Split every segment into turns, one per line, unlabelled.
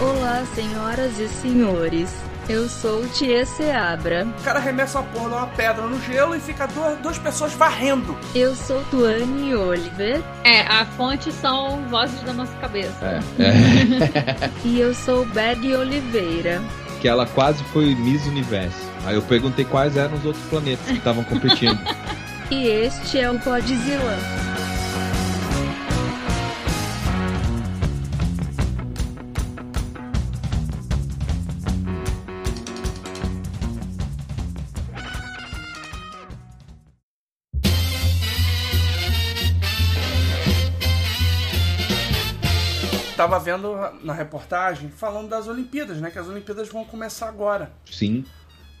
Olá, senhoras e senhores. Eu sou o Tia Seabra.
O cara arremessa uma porra de uma pedra no gelo e fica duas, duas pessoas varrendo.
Eu sou Tuane Oliver.
É, a fonte são vozes da nossa cabeça.
É, é.
E eu sou Beg Oliveira.
que ela quase foi Miss Universo. Aí eu perguntei quais eram os outros planetas que estavam competindo.
E este é o Podzilla.
Tava vendo na reportagem falando das Olimpíadas, né? Que as Olimpíadas vão começar agora.
Sim.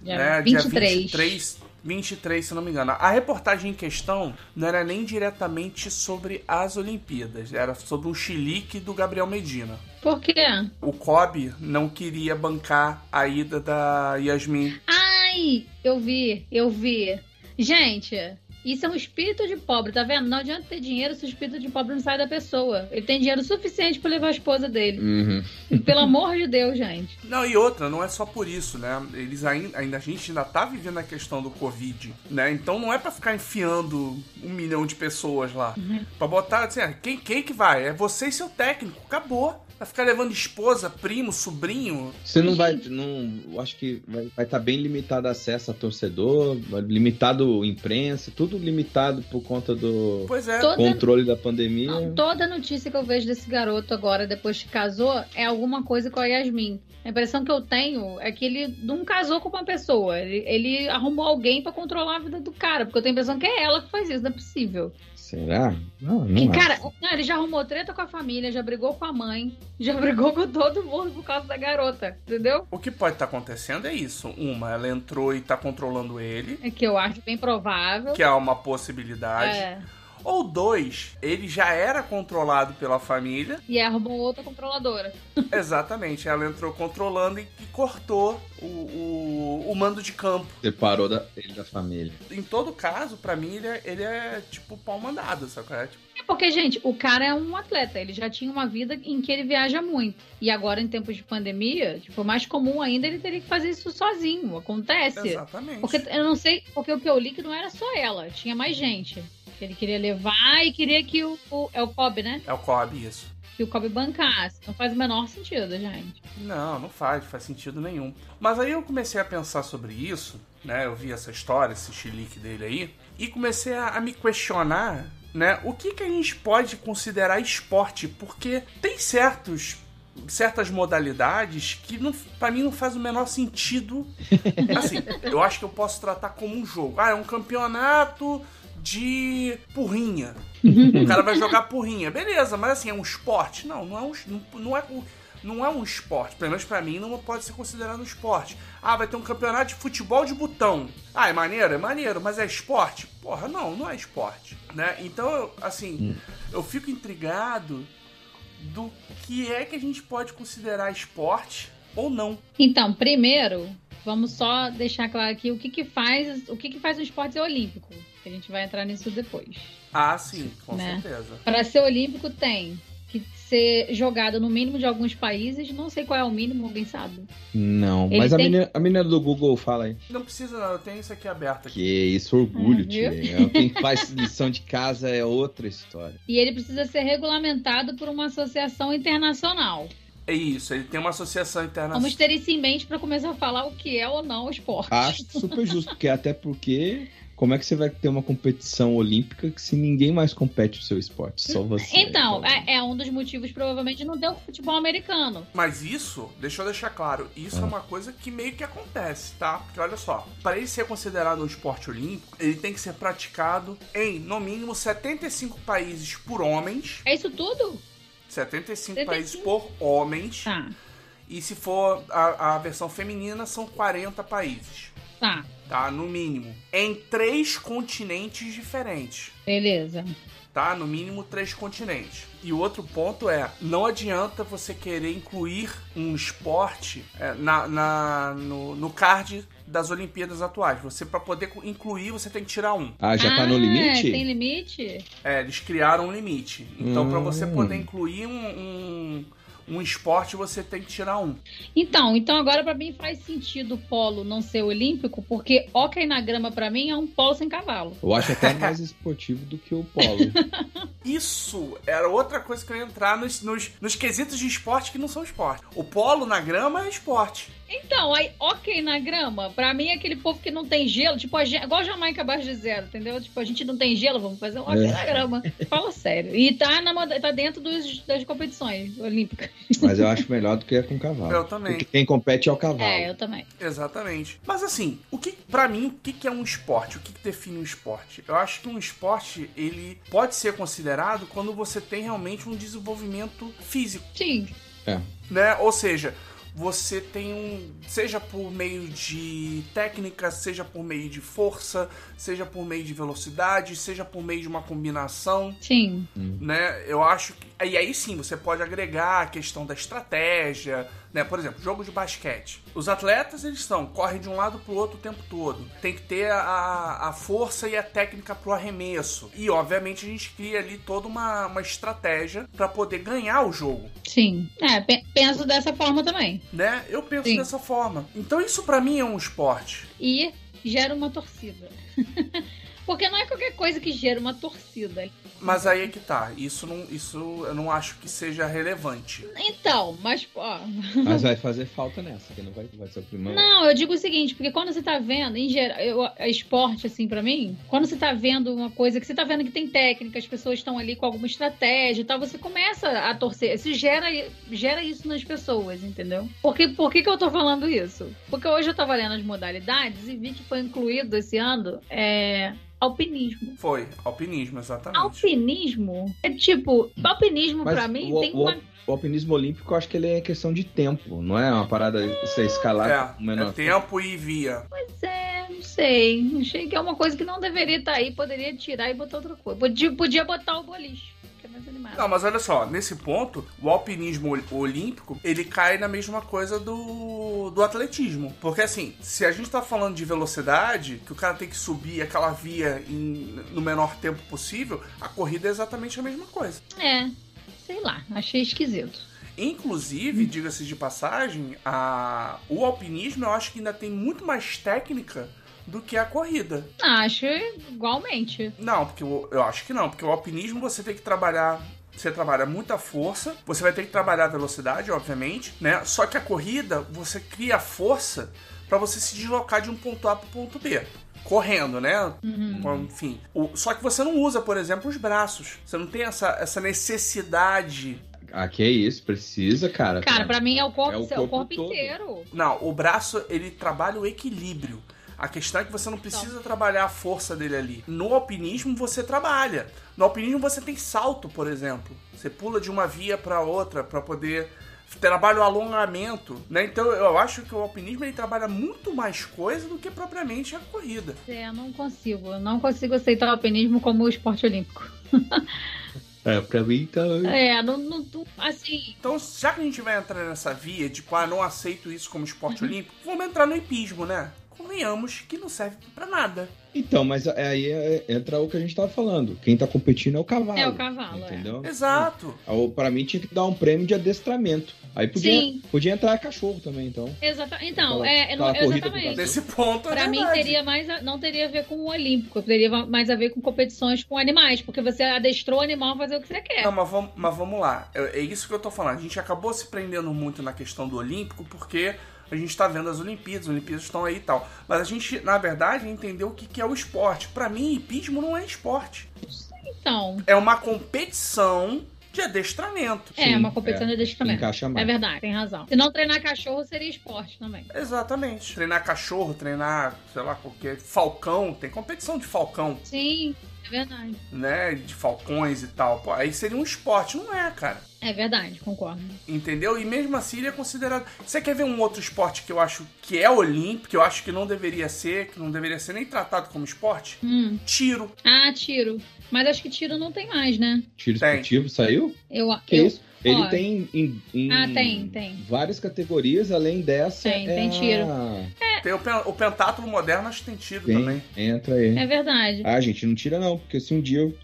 Dia
né?
23.
Dia 23, 23, se não me engano. A reportagem em questão não era nem diretamente sobre as Olimpíadas, era sobre o chilique do Gabriel Medina.
Por quê?
O Kobe não queria bancar a ida da Yasmin.
Ai, eu vi, eu vi. Gente, isso é um espírito de pobre, tá vendo? Não adianta ter dinheiro se o espírito de pobre não sai da pessoa. Ele tem dinheiro suficiente pra levar a esposa dele.
Uhum.
Pelo amor de Deus, gente.
Não, e outra, não é só por isso, né? Eles ainda, ainda a gente ainda tá vivendo a questão do Covid, né? Então não é pra ficar enfiando um milhão de pessoas lá. Pra botar, assim, ah, quem, quem que vai? É você e seu técnico, acabou. Vai ficar levando esposa, primo, sobrinho,
Você não vai. Não, eu acho que vai estar bem limitado acesso a torcedor, limitado imprensa, tudo limitado por conta do
Pois é.
Toda-
controle da pandemia.
Toda notícia que eu vejo desse garoto agora, depois que casou, é alguma coisa com a Yasmin. A impressão que eu tenho é que ele não casou com uma pessoa. Ele, ele arrumou alguém pra controlar a vida do cara. Porque eu tenho a impressão que é ela que faz isso, não é possível.
Será? Não, não é.
Que,
acho.
cara, não, ele já arrumou treta com a família, já brigou com a mãe, já brigou com todo mundo por causa da garota, entendeu?
O que pode estar acontecendo é isso. Uma, ela entrou e tá controlando ele,
É que eu acho bem provável.
que é uma possibilidade.
É.
Ou dois, ele já era controlado pela família.
E arrumou outra controladora.
Exatamente, ela entrou controlando e, e cortou o, o, o mando de campo.
Separou da, ele da família.
Em todo caso, pra mim, ele é, ele é tipo pau mandado, sabe? qual é? Tipo,
É porque, gente, o cara é um atleta, ele já tinha uma vida em que ele viaja muito. E agora, em tempos de pandemia, tipo, mais comum ainda ele teria que fazer isso sozinho. Acontece.
Exatamente.
Porque eu não sei, porque o que eu li que não era só ela, tinha mais gente. Que Ele queria levar e queria que o. o- é o Kobe, né?
É o Coab isso.
Que o Kobe bancasse. Não faz o menor sentido, gente.
Não, não faz, faz sentido nenhum. Mas aí eu comecei a pensar sobre isso, né? Eu vi essa história, esse chilique dele aí, e comecei a, a me questionar, né? O que, que a gente pode considerar esporte? Porque tem certos certas modalidades que não para mim não faz o menor sentido. Assim, eu acho que eu posso tratar como um jogo. Ah, é um campeonato de porrinha. O cara vai jogar porrinha. Beleza, mas assim, é um esporte? Não, não é um, não- não é, um- não é um esporte. Pelo menos pra mim não pode ser considerado um esporte. Ah, vai ter um campeonato de futebol de botão. Ah, é maneiro? É maneiro, mas é esporte? Porra, não, não é esporte. Né? Então, assim, eu fico intrigado do que é que a gente pode considerar esporte ou não.
Então, primeiro, vamos só deixar claro aqui o que, que faz o que, que faz um esporte ser olímpico. A gente vai entrar nisso depois.
Ah, sim, com
Né?
certeza.
Para ser olímpico tem que ser jogado no mínimo de alguns países. Não sei qual é o mínimo, alguém sabe.
Não,
Ele
mas a,
tem-
menina, a menina do Google fala aí.
Não precisa, não, eu tenho isso aqui aberto aqui.
Que isso, orgulho,
Ah,
tia.
viu?
É, Quem faz lição de casa é outra história.
E ele precisa ser regulamentado por uma associação internacional.
É isso, ele tem uma associação internacional.
Vamos ter isso em mente para começar a falar o que é ou não o esporte.
Acho super justo, porque até porque como é que você vai ter uma competição olímpica que se ninguém mais compete o seu esporte? Só você.
Então, é, é um dos motivos, provavelmente, não deu futebol americano.
Mas isso, deixa eu deixar claro, isso é uma coisa que meio que acontece, tá? Porque olha só, para ele ser considerado um esporte olímpico, ele tem que ser praticado em, no mínimo, 75 países por homens,
É isso tudo?
75,
75.
países por homens,
Tá,
e se for a, a versão feminina, são 40 países,
tá.
tá? No mínimo. Em três continentes diferentes.
Beleza.
tá? No mínimo três continentes. E o outro ponto é, não adianta você querer incluir um esporte é, na, na- no, no card das Olimpíadas atuais. Você, para poder co- incluir, você tem que tirar um.
Ah, já tá no
Ah,
limite?
Tem limite?
É, eles criaram um limite. Então,
Hum.
para você poder incluir um, um, um esporte você tem que tirar um.
Então, então agora pra mim faz sentido o polo não ser olímpico, porque hóquei na grama pra mim é um polo sem cavalo.
Eu acho até mais esportivo do que o polo.
Isso era outra coisa que eu ia entrar nos, nos, nos quesitos de esporte que não são esporte. O polo na grama é esporte.
Então, aí hóquei na grama, pra mim é aquele povo que não tem gelo, tipo, a gente, igual Jamaica abaixo de zero, entendeu? Tipo, a gente não tem gelo, vamos fazer um hóquei
É.
na grama. Fala sério. E tá, na, moda- tá dentro dos- das competições olímpicas.
Mas eu acho melhor do que é com cavalo.
Eu também.
Porque quem compete é o cavalo.
É, eu também.
Exatamente. Mas assim, o que para mim, o que que é um esporte? O que que define um esporte? Eu acho que um esporte ele pode ser considerado quando você tem realmente um desenvolvimento físico,
Sim.
É.
né? Ou seja, você tem um, seja por meio de técnica, seja por meio de força, seja por meio de velocidade, seja por meio de uma combinação
Sim.
né? Eu acho que. E aí sim, você pode agregar a questão da estratégia, né? Por exemplo, jogo de basquete. Os atletas, eles são, correm de um lado pro outro o tempo todo. Tem que ter a, a força e a técnica pro arremesso. E, obviamente, a gente cria ali toda uma, uma estratégia para poder ganhar o jogo,
Sim. É, pe- penso dessa forma também.
né? Eu penso
Sim.
dessa forma. Então, isso para mim é um esporte.
E gera uma torcida. Porque não é qualquer coisa que gera uma torcida.
Mas aí é que tá. Isso, não, isso eu não acho que seja relevante.
Então, mas, ó.
Mas vai fazer falta nessa, que não vai, vai ser o primeiro.
Não, eu digo o seguinte, porque quando você tá vendo, em geral, eu- é esporte, assim, pra mim, quando você tá vendo uma coisa que você tá vendo que tem técnica, as pessoas estão ali com alguma estratégia e tal, você começa a torcer. Isso gera, gera isso nas pessoas, entendeu? Porque, por que, que eu tô falando isso? Porque hoje eu tava lendo as modalidades e vi que foi incluído esse ano é, alpinismo.
Foi. Alpinismo, exatamente.
Alpinismo é tipo, alpinismo
Mas
pra mim
o,
tem
o-
uma.
o alpinismo olímpico, eu acho que ele é questão de tempo, não é uma parada de você escalar
É,
com o menor.
é tempo e via.
Pois é, não sei. Achei que é uma coisa que não deveria estar aí. Poderia tirar e botar outra coisa. Podia, podia botar o boliche, que é mais animado.
Não, mas olha só, nesse ponto, o alpinismo ol- olímpico, ele cai na mesma coisa do, do atletismo. Porque assim, se a gente tá falando de velocidade, que o cara tem que subir aquela via em- no menor tempo possível, a corrida é exatamente a mesma coisa.
É, sei lá. Achei esquisito.
Inclusive, diga-se de passagem, a, o alpinismo eu acho que ainda tem muito mais técnica do que a corrida.
Acho igualmente.
Não, porque o- eu acho que não, porque o alpinismo você tem que trabalhar. Você trabalha muita força, você vai ter que trabalhar a velocidade, obviamente, né? Só que a corrida, você cria força pra você se deslocar de um ponto A pro ponto B. Correndo, né? Com- Enfim. O- só que você não usa, por exemplo, os braços. Você não tem essa, essa necessidade.
Ah, que isso, precisa, cara.
Cara, pra mim é o corpo,
É
é
o
o
corpo
corpo
todo.
inteiro.
Não, o braço, ele trabalha o equilíbrio. A questão é que você não
Então.
precisa trabalhar a força dele ali. No alpinismo você trabalha. No alpinismo você tem salto, por exemplo. Você pula de uma via para outra para poder trabalha o alongamento, né? Então eu acho que o alpinismo ele trabalha muito mais coisa do que propriamente a corrida.
É, não consigo. eu Não consigo aceitar o alpinismo como esporte olímpico.
É, pra mim então.
É, não, não, não- assim,
Então, já que a gente vai entrar nessa via de, tipo, ah, não aceito isso como esporte
Uhum.
olímpico, vamos entrar no hipismo, né? Convenhamos que não serve pra nada.
Então, mas é- aí é- entra o que a gente tava falando. Quem tá competindo é o cavalo.
é o cavalo. é.
Entendeu?
Exato.
Ou pra mim tinha que dar um prêmio de adestramento. Aí podia,
Sim.
podia entrar cachorro também, então.
Exata... Então,
Aquela-
é, é, não-
aquela corrida do
exatamente.
Brasil.
Nesse ponto, é
Pra mim
verdade.
teria mais a- não teria a ver com o olímpico, teria va- mais a ver com competições com animais, porque você adestrou o animal a fazer o que você quer.
Não, mas vamos, mas vamos lá. É, é isso que eu tô falando. A gente acabou se prendendo muito na questão do Olímpico, porque a gente tá vendo as Olimpíadas, as Olimpíadas estão aí e tal. Mas a gente, na verdade, entendeu o que, que é o esporte. Pra mim, hipismo não é esporte.
Então,
É uma competição de adestramento.
Sim,
é uma competição
é.
de adestramento.
Encaixa
É
mais.
verdade, tem razão. Se não treinar cachorro seria esporte também.
Exatamente. Treinar cachorro, treinar, sei lá, qualquer. Falcão, tem competição de falcão,
Sim, é verdade.
né? De falcões e tal. Pô, aí seria um esporte, não é, cara.
É verdade, concordo.
Entendeu? E mesmo assim ele é considerado. Você quer ver um outro esporte que eu acho que é olímpico, que eu acho que não deveria ser, que não deveria ser nem tratado como esporte?
Hum.
Tiro.
Ah, tiro. Mas acho que tiro não tem mais, né?
Tiro
Tem.
esportivo saiu?
Eu,
Que
eu
isso? Ele
ó.
tem em, em
Ah, tem, tem.
várias categorias, além dessa.
Tem,
é
tem tiro.
a-
Tem o, pen- o pentátulo moderno, acho que tem tiro
Tem.
também.
Entra aí.
É verdade.
Ah, gente, não tira não, porque se um dia eu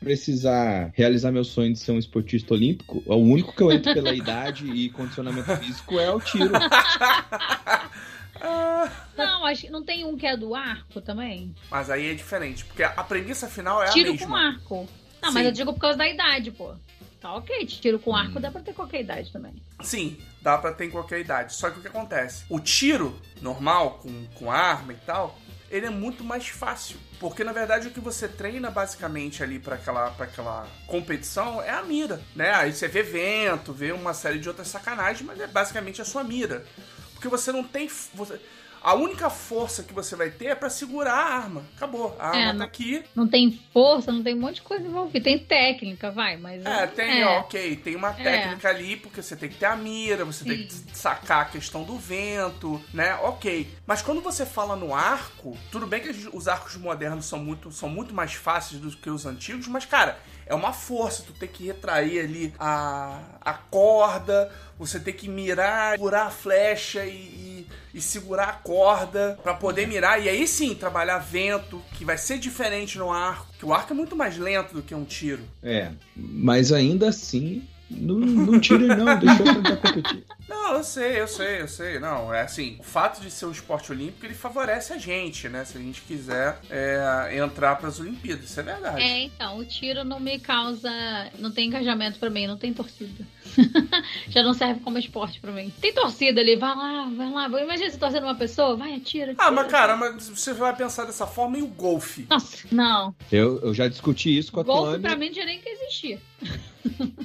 precisar realizar meu sonho de ser um esportista olímpico, o único que eu entro pela idade e condicionamento físico é o tiro.
É.
Não, acho que não tem um que é do arco também?
Ah, Mas aí é diferente, porque a premissa final é a
tiro
mesma.
com arco. Não, mas
Sim. Hum.
eu digo por causa da idade, pô. Tá ok, tiro com arco dá pra ter qualquer idade também.
Sim, dá pra ter em qualquer idade. Só que o que acontece? O tiro normal, com, com arma e tal, ele é muito mais fácil. Porque na verdade o que você treina basicamente ali pra aquela, pra aquela competição é a mira, né? Aí você vê vento, vê uma série de outras sacanagens, mas é basicamente a sua mira. Porque você não tem. f- você- A única força que você vai ter é pra segurar a arma. Acabou. A
É,
arma tá
não-
aqui,
Não tem força, não tem um monte de coisa envolvida. Tem técnica, vai, mas.
É, tem, ok, tem uma
É.
técnica ali, porque você tem que ter a mira, você tem
Sim.
que sacar a questão do vento, né? Ok. Mas quando você fala no arco, tudo bem que as- os arcos modernos são muito, são muito mais fáceis do que os antigos, mas, cara, é uma força, tu tem que retrair ali a, a corda, você tem que mirar, segurar a flecha e, e- e segurar a corda pra poder mirar. E aí sim, trabalhar vento, que vai ser diferente no arco, que o arco é muito mais lento do que um tiro.
É, mas ainda assim, não, não tire não, deixa eu tentar competir.
Não, eu sei, eu sei, eu sei. Não, é assim, o fato de ser um esporte olímpico, ele favorece a gente, né? Se a gente quiser é, entrar pras Olimpíadas, isso é verdade.
É, então, o tiro não me causa. Não tem engajamento pra mim, não tem torcida. Já não serve como esporte pra mim. Tem torcida ali, vai lá, vai lá. vai- Imagina você torcendo uma pessoa, vai, atira.
Ah,
atira.
mas cara, mas você vai pensar dessa forma e o golfe?
Nossa, não.
Eu, eu já discuti isso com a
Golfe pra
Tony.
mim não tinha nem que existir.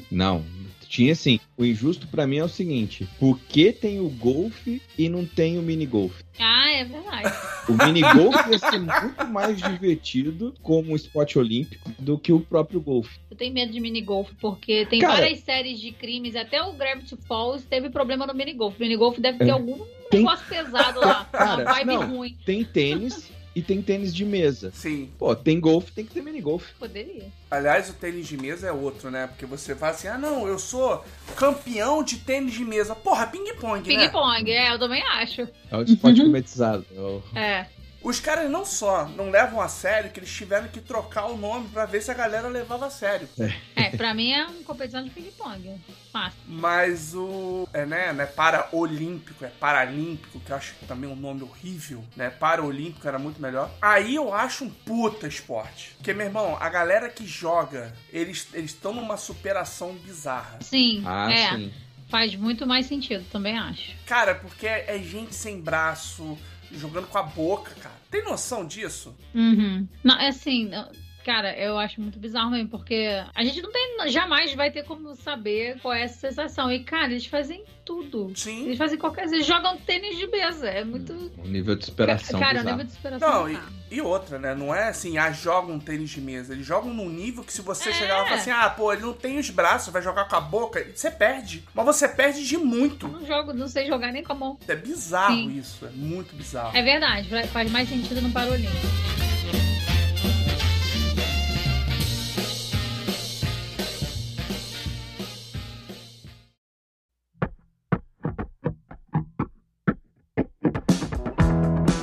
Não, tinha sim. O injusto pra mim é o seguinte: por que tem o golfe e não tem o mini golfe?
Ah, é verdade.
O mini golfe ia ser muito mais divertido como esporte olímpico do que o próprio golfe.
Eu tenho medo de minigolfe, porque tem
Cara.
várias séries de crimes, até o Gravity Falls teve problema no minigolfe. O minigolfe deve ter
É.
algum
Tem-
negócio pesado lá,
Cara,
uma vibe
não.
ruim.
Tem tênis e tem tênis de mesa.
Sim.
Pô, tem golfe, tem que ter mini golfe.
Poderia.
Aliás, o tênis de mesa é outro, né? Porque você fala assim, ah não, eu sou campeão de tênis de mesa. Porra, ping-pong, né?
Ping-pong, é, eu também acho.
É um esporte
Uhum.
gourmetizado. É o-
É.
Os caras não só não levam a sério, que eles tiveram que trocar o nome pra ver se a galera levava a sério.
É, pra mim é uma competição de ping-pong. Fácil.
Mas o. É, né? Não é para-olímpico, é paralímpico, que eu acho que também é um nome horrível, né? Para-olímpico era muito melhor. Aí eu acho um puta esporte. Porque, meu irmão, a galera que joga, eles eles estão numa superação bizarra.
Sim,
Ah,
é.
sim.
Faz muito mais sentido, também acho.
Cara, porque é é gente sem braço, jogando com a boca, cara. Tem noção disso?
Uhum. Não, é assim, não- cara, eu acho muito bizarro mesmo, porque a gente não tem, jamais vai ter como saber qual é essa sensação. E, cara, eles fazem tudo.
Sim.
Eles fazem qualquer coisa, eles jogam tênis de mesa. É muito.
O Um nível de Hum. superação.
Cara, o
bizarro.
nível de superação.
Não,
é
e,
bizarro.
e outra, né? Não é assim, ah, jogam um tênis de mesa. Eles jogam num nível que se você
É.
chegar lá e falar assim, ah, pô, ele não tem os braços, vai jogar com a boca, você perde. Mas você perde de
Eu
muito.
não jogo, não sei jogar nem com a mão.
É bizarro
Sim.
isso, é muito bizarro.
É verdade, fa- faz mais sentido no Paralímpico.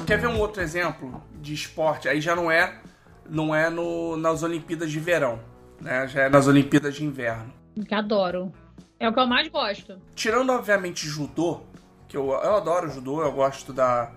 Quer ver um outro exemplo de esporte? Aí já não é, não é no, nas Olimpíadas de verão, né? Já é nas Olimpíadas de inverno.
Que adoro. É o que eu mais gosto.
Tirando, obviamente, judô, que eu, eu adoro judô, eu gosto da.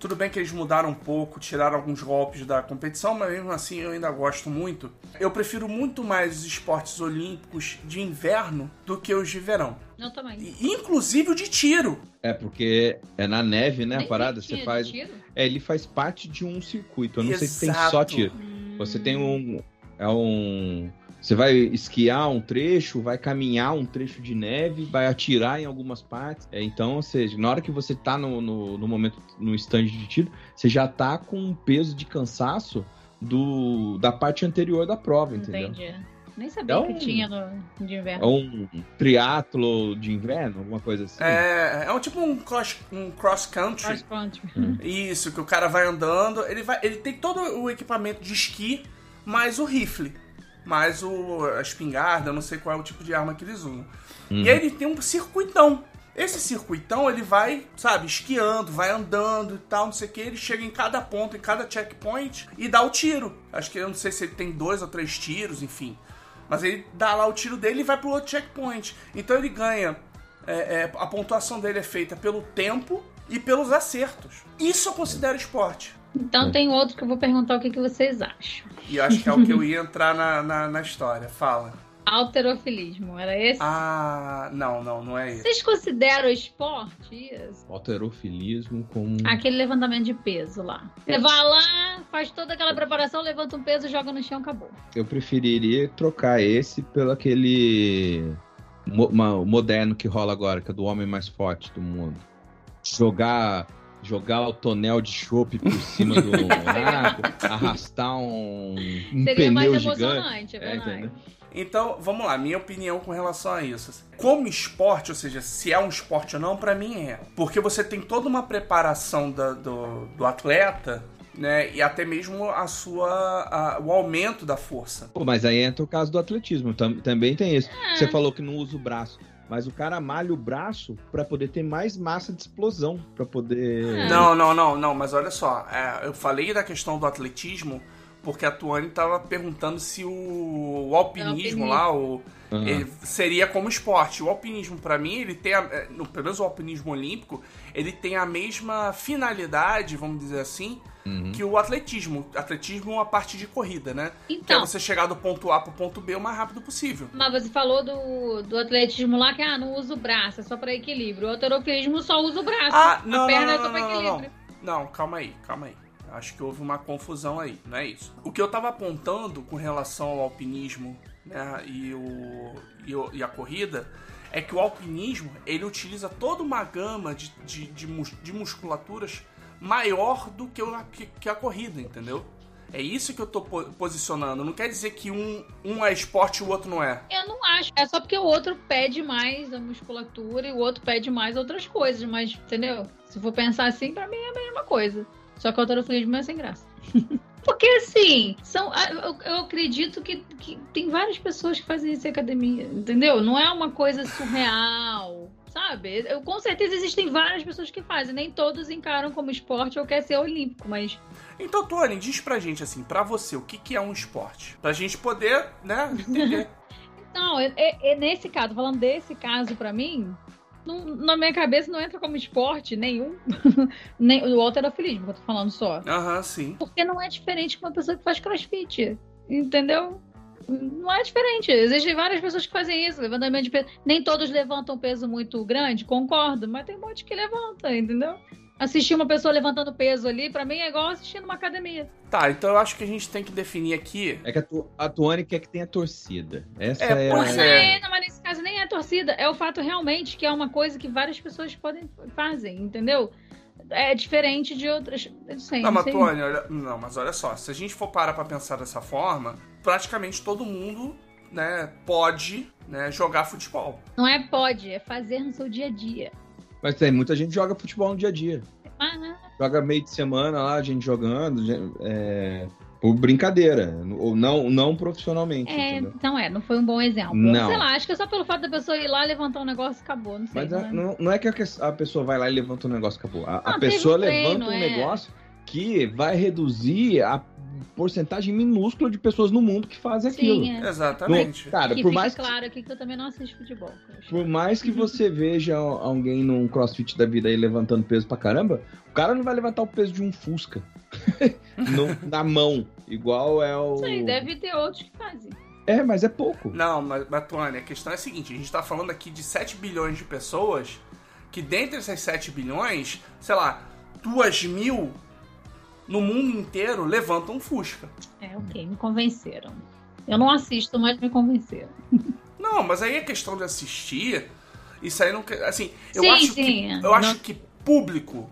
Tudo bem que eles mudaram um pouco, tiraram alguns golpes da competição, mas mesmo assim eu ainda gosto muito. Eu prefiro muito mais os esportes olímpicos de inverno do que os de verão.
Eu também.
E, inclusive o de tiro.
É, porque é na neve, né?
Nem
a parada,
tiro,
você faz.
tiro?
É, ele faz parte de um circuito. Eu não sei se tem
Exato.
só tiro. Você tem um. É um. Você vai esquiar um trecho, vai caminhar um trecho de neve, vai atirar em algumas partes. É, então, ou seja, na hora que você tá no, no, no momento, no stand de tiro, você já tá com um peso de cansaço do, da parte anterior da prova, entendeu?
Entendi. Nem sabia
Então-
que tinha no de
É
inverno.
um triatlo de inverno, alguma coisa assim.
É, é um tipo um cross, um cross country.
Cross country.
Isso, que o cara vai andando, ele vai, ele tem todo o equipamento de esqui, mais o rifle, mais o a espingarda, eu não sei qual é o tipo de arma que eles usam.
Uhum.
E aí ele tem um circuitão. Esse circuitão, ele vai, sabe, esquiando, vai andando e tal, não sei o que. Ele chega em cada ponto, em cada checkpoint e dá o tiro. Acho que eu não sei se ele tem dois ou três tiros, enfim. Mas ele dá lá o tiro dele e vai pro outro checkpoint. Então ele ganha. é, é, a pontuação dele é feita pelo tempo e pelos acertos. Isso eu considero esporte.
É.
Então tem outro que eu vou perguntar o que, que vocês acham.
E eu acho que é o que eu ia entrar na, na, na história. Fala.
Alterofilismo, era esse?
Ah, não, não, não é isso.
Vocês consideram esporte isso?
Alterofilismo com.
Aquele levantamento de peso lá. Você vai lá, faz toda aquela
É.
preparação, levanta um peso, joga no chão, acabou.
Eu preferiria trocar esse pelo aquele. mo- ma- moderno que rola agora, que é do homem mais forte do mundo. Jogar. Jogar o tonel de chope por cima do buraco, arrastar um, um
Seria mais
pneu gigante.
emocionante, é
É,
verdade.
entendeu?
Então, vamos lá, minha opinião com relação a isso. Como esporte, ou seja, se é um esporte ou não, pra mim é. Porque você tem toda uma preparação da- do, do atleta, né? E até mesmo a sua. a- o aumento da força.
Pô, mas aí entra o caso do atletismo, tam- também tem isso.
Ah.
Você falou que não usa o braço, mas o cara malha o braço pra poder ter mais massa de explosão, pra
É. Ah.
poder.
Não, não, não, não, mas olha só, é, eu falei da questão do atletismo. Porque a Tuane tava perguntando se o, o alpinismo
alpinismo.
lá, o,
Ah,
É.
ele seria como esporte. O alpinismo, pra mim, ele tem, a, eh, no- pelo menos o alpinismo olímpico, ele tem a mesma finalidade, vamos dizer assim,
Hum.
uhum.
que o atletismo. Atletismo é uma parte de corrida, né? Que é
Então,
você chegar do ponto A pro ponto B o mais rápido possível.
mas você falou do, do atletismo lá que ah, não usa o braço, é só pra equilíbrio. O alterofilismo só usa o braço.
Ah, não,
a
não,
perna
não,
é só pra
não, não,
equilíbrio.
Não, calma aí, calma aí. Acho que houve uma confusão aí, não é isso. O que eu tava apontando com relação ao alpinismo né, e, o, e, o- e a corrida é que o alpinismo ele utiliza toda uma gama de, de, de, mus- de musculaturas maior do que, o, que, que a corrida, entendeu? É isso que eu tô po- posicionando. Não quer dizer que um, um é esporte e o outro não é.
Eu não acho. É só porque o outro pede mais a musculatura e o outro pede mais outras coisas, mas, entendeu? Se for pensar assim, pra mim é a mesma coisa. Só que o autorofilismo é sem graça. porque, assim, são, ah, eu, eu acredito que, que tem várias pessoas que fazem isso em academia, entendeu? Não é uma coisa surreal, sabe? Eu, com certeza existem várias pessoas que fazem. Nem todos encaram como esporte ou quer ser olímpico, mas
Então, Tony, diz pra gente assim, pra você, o que, que é um esporte? Pra gente poder, né, entender.
Não, é, é- é nesse caso, falando desse caso pra mim, não- na minha cabeça não entra como esporte nenhum. Nem, o alterofilismo que eu tô falando só.
Aham, sim.
Porque não é diferente com uma pessoa que faz crossfit. Entendeu? Não é diferente. Existem várias pessoas que fazem isso, levantamento de peso. Nem todos levantam peso muito grande, concordo, mas tem um monte que levanta, entendeu? Assistir uma pessoa levantando peso ali, pra mim é igual assistir numa academia.
Tá, então eu acho que a gente tem que definir aqui.
É que a, tu, a Tuane quer que tenha torcida. Essa
É,
é,
pois
a.
é.
É, não, mas nesse caso nem é torcida, é o fato realmente que é uma coisa que várias pessoas podem fazem, entendeu? É diferente de outras. Não sei,
Não,
não
mas
sei.
Tony, olha... não, mas olha só, se a gente for parar pra pensar dessa forma, praticamente todo mundo, né, pode, né, jogar futebol.
Não é pode, é fazer no seu dia a dia.
Mas tem muita gente que joga futebol no dia a dia.
Ah,
Joga meio de semana lá, a gente jogando, gen- é, por brincadeira. Ou não, não profissionalmente,
é,
entendeu?
então é, não foi um bom exemplo.
Não.
Sei lá, acho que é só pelo fato da pessoa ir lá levantar um negócio e acabou, não sei.
Mas a-
né?
não, não é que a, que- a pessoa vai lá e levanta um negócio e acabou. A, a
Não, teve
pessoa
um treino,
levanta um
é.
negócio que vai reduzir a porcentagem minúsula de pessoas no mundo que fazem aquilo.
Sim, é.
Exatamente.
Não- cara,
que
por
fique
mais que,
claro aqui que eu também não assisto futebol. eu acho.
por mais que você veja al- alguém num crossfit da vida aí levantando peso pra caramba, o cara não vai levantar o peso de um Fusca No- na mão, igual é o.
Não sei, deve ter outros que fazem.
É, mas é pouco.
Não, mas, mas Tony, a questão é a seguinte, a gente tá falando aqui de 7 bilhões de pessoas, que dentre essas 7 bilhões, sei lá, 2 mil no mundo inteiro levantam um Fusca.
É, ok, me convenceram. Eu não assisto, mas me convenceram.
Não, mas aí a questão de assistir, isso aí não... que- Assim, eu
sim,
acho que
sim.
Eu acho que público,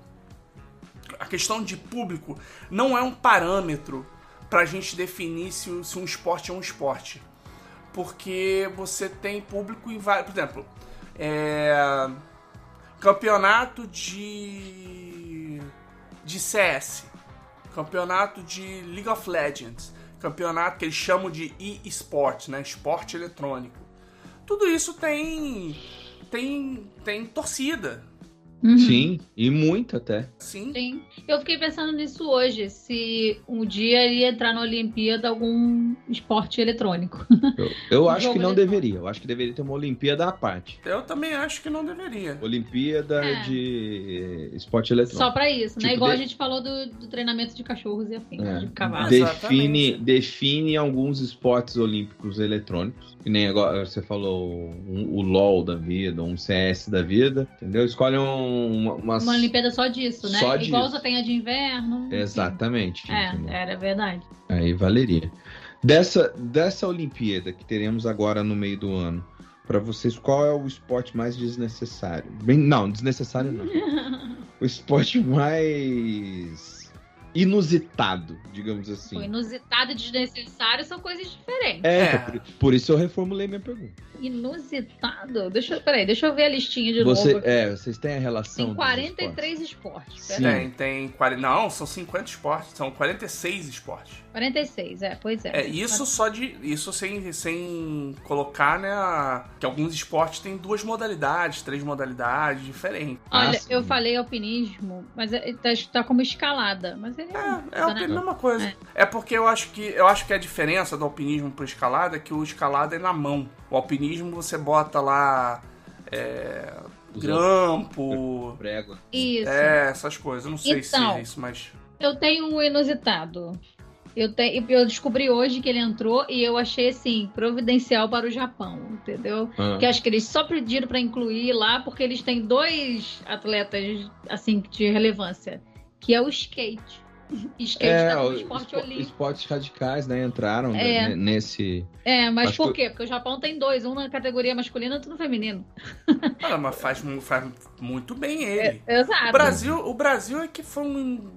a questão de público, não é um parâmetro pra gente definir se, o- se um esporte é um esporte. Porque você tem público em vários. Por exemplo, é, campeonato de. de CS, campeonato de League of Legends, campeonato que eles chamam de e-sport, né? Esporte eletrônico. Tudo isso tem tem, tem torcida.
Uhum.
Sim, e muito até.
Sim.
Sim. Eu fiquei pensando nisso hoje, se um dia ele ia entrar na Olimpíada algum esporte eletrônico.
Eu, eu
O
acho que
jogo
não
de-
deveria. Eu acho que deveria ter uma Olimpíada à parte.
Eu também acho que não deveria.
Olimpíada
É.
de esporte
Só
eletrônico.
pra isso, né?
Tipo,
Igual
de-
a gente falou do, do treinamento de cachorros e afins,
É.
de cavalos.
De-
Define,
Exatamente.
define alguns esportes olímpicos eletrônicos. Que nem agora você falou um- o LOL da vida, um CS da vida. Entendeu? Escolhe um, uma, umas-
Uma Olimpíada só disso, né?
Só
Igual
disso.
só tem a de inverno. enfim.
Exatamente. entendeu?
É, era verdade.
Aí valeria. Dessa, dessa Olimpíada que teremos agora no meio do ano, pra vocês, qual é o esporte mais desnecessário? Bem, não, desnecessário não. o esporte mais inusitado, digamos assim.
O inusitado e desnecessário são coisas diferentes.
É,
É.
Por, por isso eu reformulei minha pergunta.
Inusitado? Deixa eu, peraí, deixa eu ver a listinha de
Você,
novo.
é, vocês têm a
Tem
relação. dos
43 esportes.
Sim.
peraí.
Tem, tem. quare- Não, são 50 esportes, são 46 esportes.
46, é, pois é.
É, isso só de. Isso sem, sem colocar, né? a- que alguns esportes têm duas modalidades, três modalidades diferentes.
Olha,
Ah, sim.
eu falei alpinismo, mas é- tá, tá como escalada. Mas ele
Ah,
É, é
tá,
a
né?
mesma coisa. É. porque eu acho que eu acho que a diferença do alpinismo pro escalada é que o escalada é na mão. O alpinismo você bota lá é,
Os
grampo,
Prego.
Isso.
é, essas coisas. Eu Não sei se
Então.
é isso, mas.
Eu tenho um inusitado. Eu, te, eu descobri hoje que ele entrou e eu achei assim, providencial para o Japão, entendeu?
Ah,
Que acho que eles só pediram para incluir lá porque eles têm dois atletas assim de relevância, que é o skate. Skate tá como
É, o-
esporte
espo-
olímpico.
esportes radicais, né? Entraram
É.
né, nesse.
É, mas
Acho
por
que-
quê? Porque o Japão tem dois, um na categoria masculina e outro no feminino.
Ah, mas faz, mu- faz muito bem ele.
Exato.
O Brasil, o Brasil é que foi um-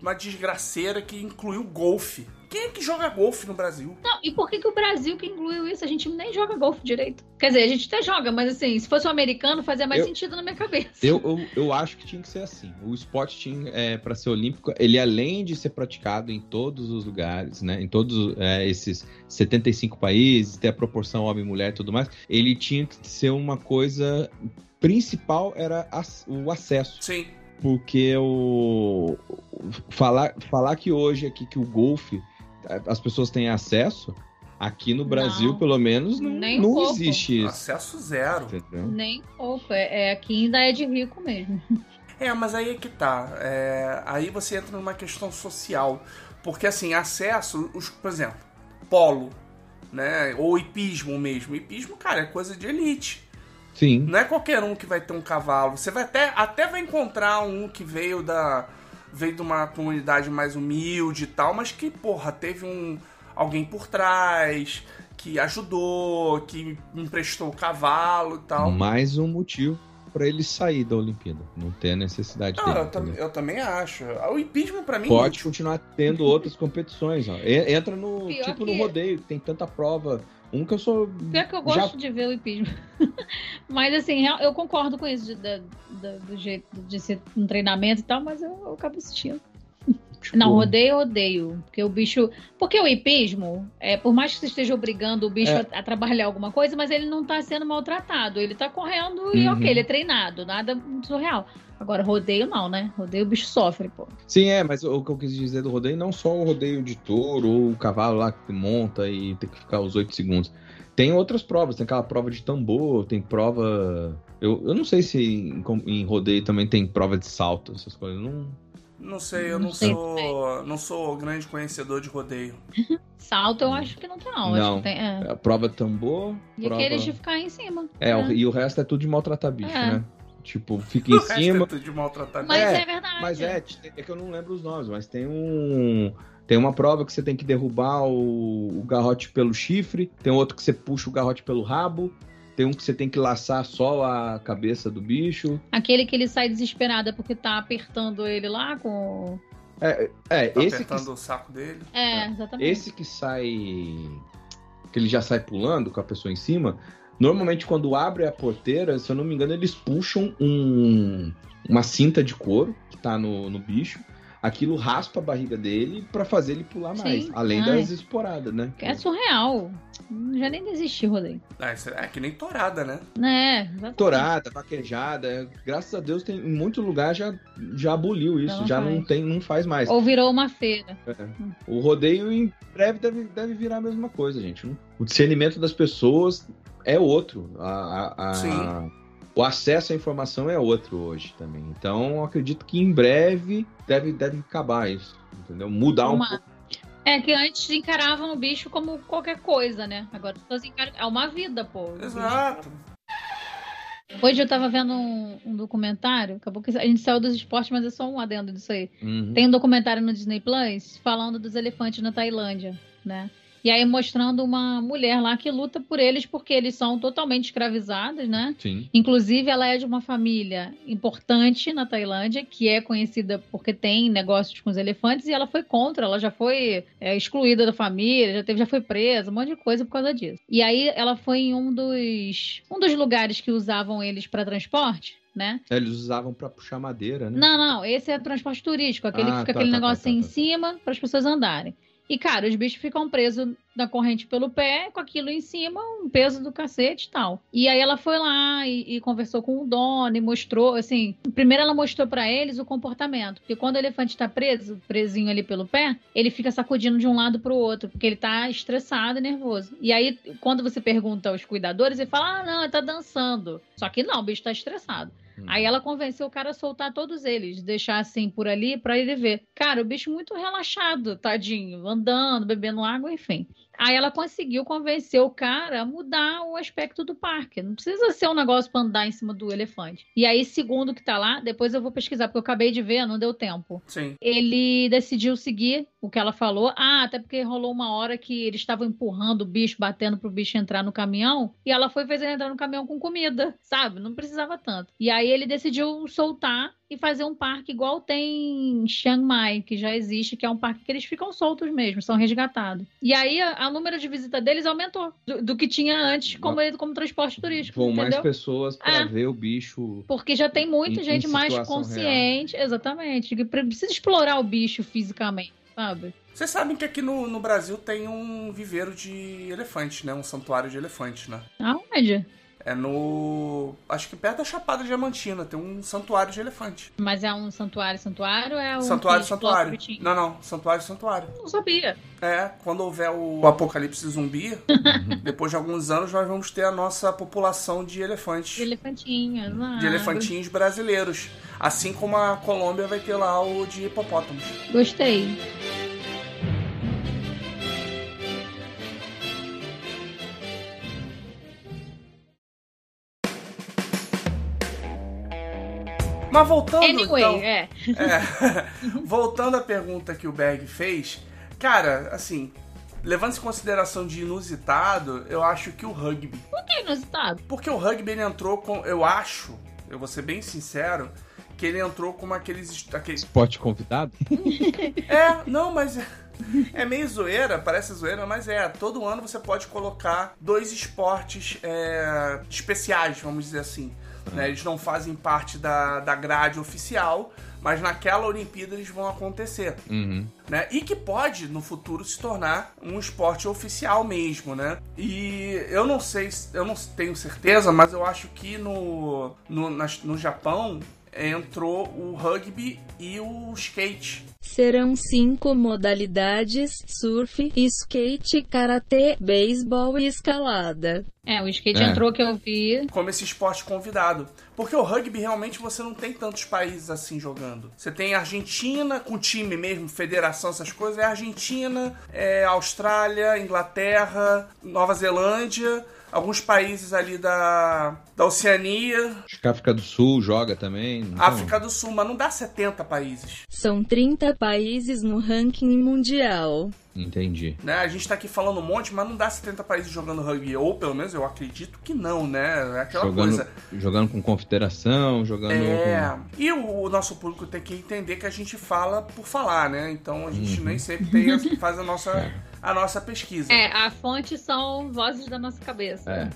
uma desgraceira que incluiu golfe. Quem é que joga golfe no Brasil?
Não, e por que, que o Brasil que incluiu isso? A gente nem joga golfe direito. Quer dizer, a gente até joga, mas assim, se fosse um americano, fazia mais
Eu-
sentido na minha cabeça.
Eu, eu, eu acho que tinha que ser assim. O esporte tinha é, para ser olímpico, ele além de ser praticado em todos os lugares, né? Em todos é, esses 75 países, ter a proporção homem mulher e tudo mais, ele tinha que ser uma coisa principal era ac- o acesso,
Sim.
porque o falar falar que hoje aqui que o golfe a- as pessoas têm acesso aqui no Brasil
Não.
pelo menos não,
Nem um
não
pouco.
existe isso.
Acesso zero.
Entendeu?
Nem pouco. É, é, aqui ainda é de rico mesmo.
É, mas aí é que tá. É, aí você entra numa questão social. Porque, assim, acesso, os, por exemplo, polo, né? Ou hipismo mesmo. Hipismo, cara, é coisa de elite.
Sim.
Não é qualquer um que vai ter um cavalo. Você vai até, até vai encontrar um que veio da. veio de uma comunidade mais humilde e tal, mas que, porra, teve um. alguém por trás, que ajudou, que emprestou o cavalo e tal.
Mais um motivo pra ele sair da Olimpíada. Não ter a necessidade
Cara, Ah, eu,
dele.
tam-
entendeu?
eu também acho. Ah, O hipismo, pra mim,
né? Pode continuar tendo outras competições. Ó. E- Entra no
Pior
tipo no
que-
rodeio, que tem tanta prova. Um que eu sou.
Pior que eu
já-
gosto de ver o hipismo. mas assim, real- eu concordo com isso de- da- da- do jeito de ser um treinamento e tal, mas eu, eu acabo assistindo.
tipo,
Não, odeio, odeio. Porque o bicho. Porque o hipismo, é, por mais que você esteja obrigando o bicho
É.
a, a trabalhar alguma coisa, mas ele não tá sendo maltratado. Ele tá correndo e
Uhum.
ok, ele é treinado, nada muito surreal. Agora, rodeio não, né? Rodeio o bicho sofre, pô.
Sim, é, mas o que eu quis dizer do rodeio, não só o rodeio de touro ou o cavalo lá que monta e tem que ficar os oito segundos. Tem outras provas, tem aquela prova de tambor, tem prova. Eu, eu não sei se em, com- em rodeio também tem prova de salto, essas coisas. eu Não,
Não sei, eu
Não
não,
sei
sou. Não sou grande conhecedor de rodeio.
Salto eu acho que não tá, não. Acho
Uhum. Não.
que tem, é.
a prova de tambor.
E
prova...
aqueles de ficar em cima.
É, o- e o resto é tudo de maltratar bicho,
É.
né? Tipo, fica em
O resto é
cima.
tudo de maltratar.
Mas
É,
é, verdade.
Mas é, t- é que eu não lembro os nomes, mas tem um. Tem uma prova que você tem que derrubar o, o garrote pelo chifre, tem outro que você puxa o garrote pelo rabo, tem um que você tem que laçar só a cabeça do bicho.
Aquele que ele sai desesperada porque tá apertando ele lá com.
É,
Tá
esse
apertando
que,
o saco dele.
É, exatamente.
esse que sai. que ele já sai pulando com a pessoa em cima. Normalmente, quando abre a porteira, se eu não me engano, eles puxam um, uma cinta de couro que tá no, no bicho. aquilo raspa a barriga dele pra fazer ele pular
Sim.
mais. Além
Ai.
das esporadas, né?
É surreal. Hum, Já nem desisti, Rodrigo.
Ah, isso é que nem torada, né?
Né? exatamente.
Torada, vaquejada, é, graças a Deus tem em muito lugar já, já aboliu isso,
Não
já
faz.
não tem, não faz mais.
Ou virou uma feira.
É. O rodeio em breve deve, deve virar a mesma coisa, gente. O discernimento das pessoas é outro. A- a- a-
Sim.
O acesso à informação é outro hoje também. Então, eu acredito que em breve deve, deve acabar isso. Entendeu? Mudar um
Uma-
pouco.
É que antes encaravam o bicho como qualquer coisa, né? Agora as pessoas encaram. É uma vida, pô.
Exato.
Hoje eu tava vendo um, um documentário, acabou que a gente saiu dos esportes, mas é só um adendo disso aí.
Uhum.
Tem um documentário no Disney Plus falando dos elefantes na Tailândia, né? E aí mostrando uma mulher lá que luta por eles porque eles são totalmente escravizados, né?
Sim.
Inclusive, ela é de uma família importante na Tailândia, que é conhecida porque tem negócios com os elefantes, e ela foi contra, ela já foi é, excluída da família, já, teve, já foi presa, um monte de coisa por causa disso. E aí ela foi em um dos, um dos lugares que usavam eles para transporte, né?
É, Eles usavam pra puxar madeira, né?
Não, não, esse é transporte turístico, aquele que
Ah,
fica
tá,
aquele
tá, tá,
negócio
tá,
em
tá.
cima para as pessoas andarem. E, cara, os bichos ficam presos na corrente pelo pé, com aquilo em cima, um peso do cacete e tal. E aí ela foi lá e, e conversou com o dono e mostrou, assim, primeiro ela mostrou pra eles o comportamento. Porque quando o elefante tá preso, presinho ali pelo pé, ele fica sacudindo de um lado pro outro, porque ele tá estressado e nervoso. E aí, quando você pergunta aos cuidadores, ele fala, ah, não, ele tá dançando. Só que não, o bicho tá estressado.
Hum.
Aí é ela convenceu o cara a soltar todos eles, deixar assim por ali pra ele ver. Cara, o bicho muito relaxado, tadinho, andando, bebendo água, enfim. Aí ela conseguiu convencer o cara a mudar o aspecto do parque. Não precisa ser um negócio pra andar em cima do elefante. E aí, segundo o que tá lá, depois eu vou pesquisar, porque eu acabei de ver, não deu tempo
Sim.
ele decidiu seguir o que ela falou. Ah, até porque rolou uma hora que eles estavam empurrando o bicho, batendo pro bicho entrar no caminhão, e ela foi fazer ele entrar no caminhão com comida, sabe? Não precisava tanto. E aí ele decidiu soltar e fazer um parque igual tem em Chiang Mai, que já existe, que é um parque que eles ficam soltos mesmo, são resgatados. E aí a- a- o número de visita deles aumentou do, do que tinha antes como, como transporte turístico,
Vão mais
entendeu?
pessoas pra
É.
ver o bicho.
Porque já tem muita
Em- em
gente mais
situação
consciente, exatamente, que pre- precisa explorar o bicho fisicamente, sabe?
Vocês sabem que aqui no, no Brasil tem um viveiro de elefante, né? Um santuário de elefante, né?
Aonde?
É no. Acho que perto da Chapada Diamantina tem um santuário de elefante.
Mas é um santuário, santuário é um
santuário,
que
santuário.
explora o
Não, não. Santuário, santuário.
Não. não sabia.
É, quando houver o apocalipse zumbi, depois de alguns anos, nós vamos ter a nossa população de elefantes.
De ah, elefantinho, exato.
de elefantinhos brasileiros. Assim como a Colômbia vai ter lá o de hipopótamos.
Gostei.
Mas voltando
Anyway,
então,
é.
É. Voltando à pergunta que o Berg fez, cara, assim, levando-se em consideração de inusitado, eu acho que o rugby.
Por que é inusitado?
Porque o rugby ele entrou com. Eu acho, eu vou ser bem sincero, que ele entrou como aqueles. est- aqueles
Esporte convidado?
é, não, mas. É meio zoeira, parece zoeira, mas é. Todo ano você pode colocar dois esportes é, especiais, vamos dizer assim. né? Eles não fazem parte da, da grade oficial, mas naquela Olimpíada eles vão acontecer
Uhum.
né? E que pode, no futuro, se tornar um esporte oficial mesmo, né? E eu não sei, se- eu não tenho certeza, mas eu acho que no, no, nas- no Japão entrou o rugby e o skate.
Serão cinco modalidades: surf, skate, karatê, beisebol e escalada.
É, o skate
É.
entrou que eu vi.
Como esse esporte convidado. Porque o rugby realmente você não tem tantos países assim jogando. Você tem Argentina com time mesmo, federação, essas coisas. É Argentina, é Austrália, Inglaterra, Nova Zelândia, alguns países ali da, da Oceania,
Acho que a África do Sul joga também. não
África do Sul, mas não dá 70 países.
São 30 países no ranking mundial.
tem? Entendi.
Né? A gente tá aqui falando um monte, mas não dá 70 países jogando rugby. Ou pelo menos eu acredito que não, né? É aquela
Jogando,
coisa.
jogando com confederação, jogando
É. E o, o nosso público
É.
tem que entender que a gente fala por falar, né? Então a gente nem sempre tem a- faz a nossa a nossa pesquisa.
É, a fonte são vozes da nossa cabeça.
É,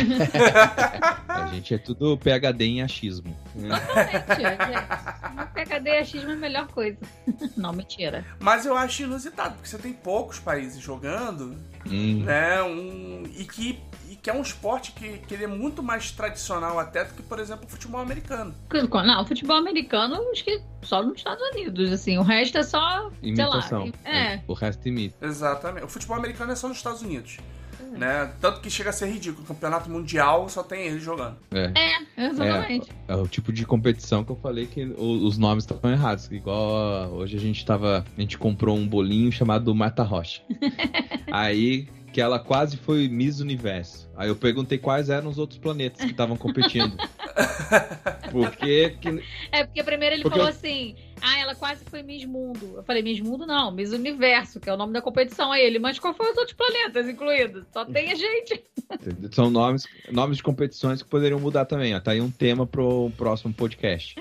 é. a gente é tudo PHD em achismo.
Totalmente. gente. Uma PHD e achismo é a melhor coisa. Não, mentira.
Mas eu acho inusitado, porque você tem poucos países jogando,
Hum,
né? Um, e que. e Que é um esporte que, que ele é muito mais tradicional até do que, por exemplo, o futebol americano.
Não, futebol americano, acho que só nos Estados Unidos, assim. O resto é só,
imitação.
sei lá. É.
O resto imita.
Exatamente. O futebol americano é só nos Estados Unidos.
Uhum.
Né? Tanto que chega a ser ridículo. O campeonato mundial só tem ele jogando.
É.
É, exatamente.
É o tipo de competição que eu falei que o- os nomes estavam errados. que Igual ó, hoje a gente tava. A gente comprou um bolinho chamado Mata Rocha. Aí que ela quase foi Miss Universo. Aí eu perguntei quais eram os outros planetas que estavam competindo. Porque que-
É, porque primeiro ele
Porque
falou assim: ah, ela quase foi Miss Mundo. Eu falei: Miss Mundo não, Miss Universo, que é o nome da competição. Aí ele, mas qual foi os outros planetas incluídos? Só tem a gente.
são nomes, nomes de competições que poderiam mudar também. Ó. Tá aí um tema pro próximo podcast.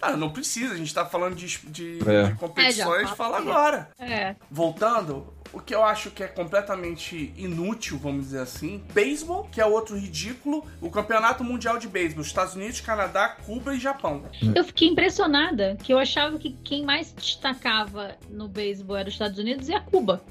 Ah, não precisa, a gente tá falando de, es- de,
É.
de competições,
É, já
fala
fala aí.
agora.
É.
Voltando, o que eu acho que é completamente inútil, vamos dizer assim, beisebol, que é outro ridículo, o campeonato mundial de beisebol, Estados Unidos, Canadá, Cuba e Japão.
Eu fiquei impressionada que eu achava que quem mais se destacava no beisebol era os Estados Unidos e a Cuba.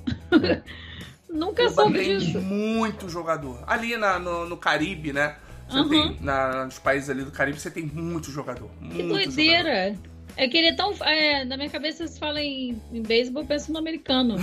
É.
Nunca
Cuba
soube
tem
disso.
muito jogador. Ali na- no, no Caribe, né? Você
Uhum.
tem, na- nos países ali do Caribe, você tem muito jogador.
Que
Muito jogador.
doideira. É que ele é tão. é, na minha cabeça, se fala em, em beisebol, eu penso no americano.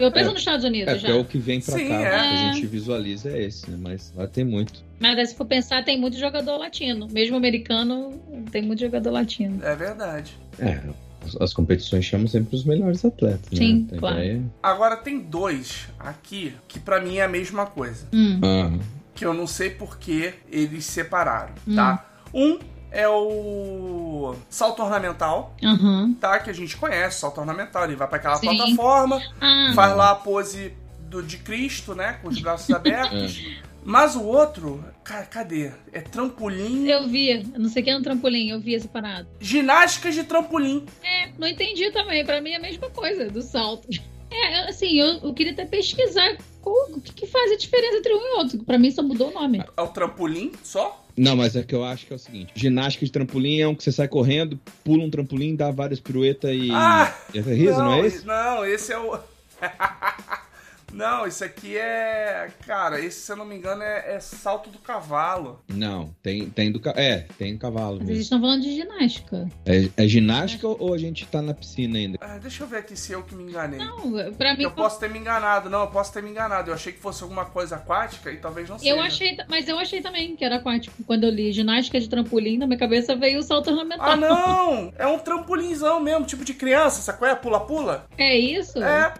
Eu penso
É.
nos Estados Unidos
É, porque
já.
é o que vem pra
Sim,
cá.
é.
O que a gente visualiza é esse, né? Mas lá tem muito.
Mas daí, se for pensar, tem muito jogador latino. Mesmo americano, tem muito jogador latino.
É verdade.
É, as, as competições chamam sempre os melhores atletas. né?
Sim,
Tem
claro.
ideia?
Agora tem dois aqui que pra mim é a mesma coisa.
Hum.
Ah,
que eu não sei por que eles separaram,
Hum.
tá? Um é o salto ornamental,
Aham.
tá? Que a gente conhece, salto ornamental. Ele vai pra aquela
Sim.
plataforma,
Ah,
faz lá a pose do, de Cristo, né? Com os braços
É.
É.
abertos. Mas o outro, cara, cadê? É trampolim.
eu vi. Não sei quem é um trampolim, eu vi essa parada.
Ginásticas de trampolim.
É, não entendi também. Pra mim é a mesma coisa do salto. É, eu- assim, eu, eu queria até pesquisar qual- o que, que faz a diferença entre um e outro. Pra mim só mudou o nome.
É o trampolim só?
Não, mas é que eu acho que é o seguinte: ginástica de trampolim é um que você sai correndo, pula um trampolim, dá várias piruetas e.
Ah,
e aterriza, não, é esse?
Não, esse é o. não, isso aqui é. Cara, esse, se eu não me engano, é- é salto do cavalo.
Não, tem, tem do cavalo. É, tem cavalo
Mas eles
mesmo.
estão falando de ginástica.
É, é ginástica ou a gente tá na piscina ainda?
Ah, deixa eu ver aqui se eu que me enganei.
Não, pra mim.
Eu posso ter me enganado, não, eu posso ter me enganado. Eu achei que fosse alguma coisa aquática e talvez não seja.
Eu achei, mas eu achei também que era aquático. Quando eu li ginástica de trampolim, na minha cabeça veio o salto ornamental.
Ah, não! É um trampolinzão mesmo, tipo de criança, sacou? É pula-pula?
É isso?
É.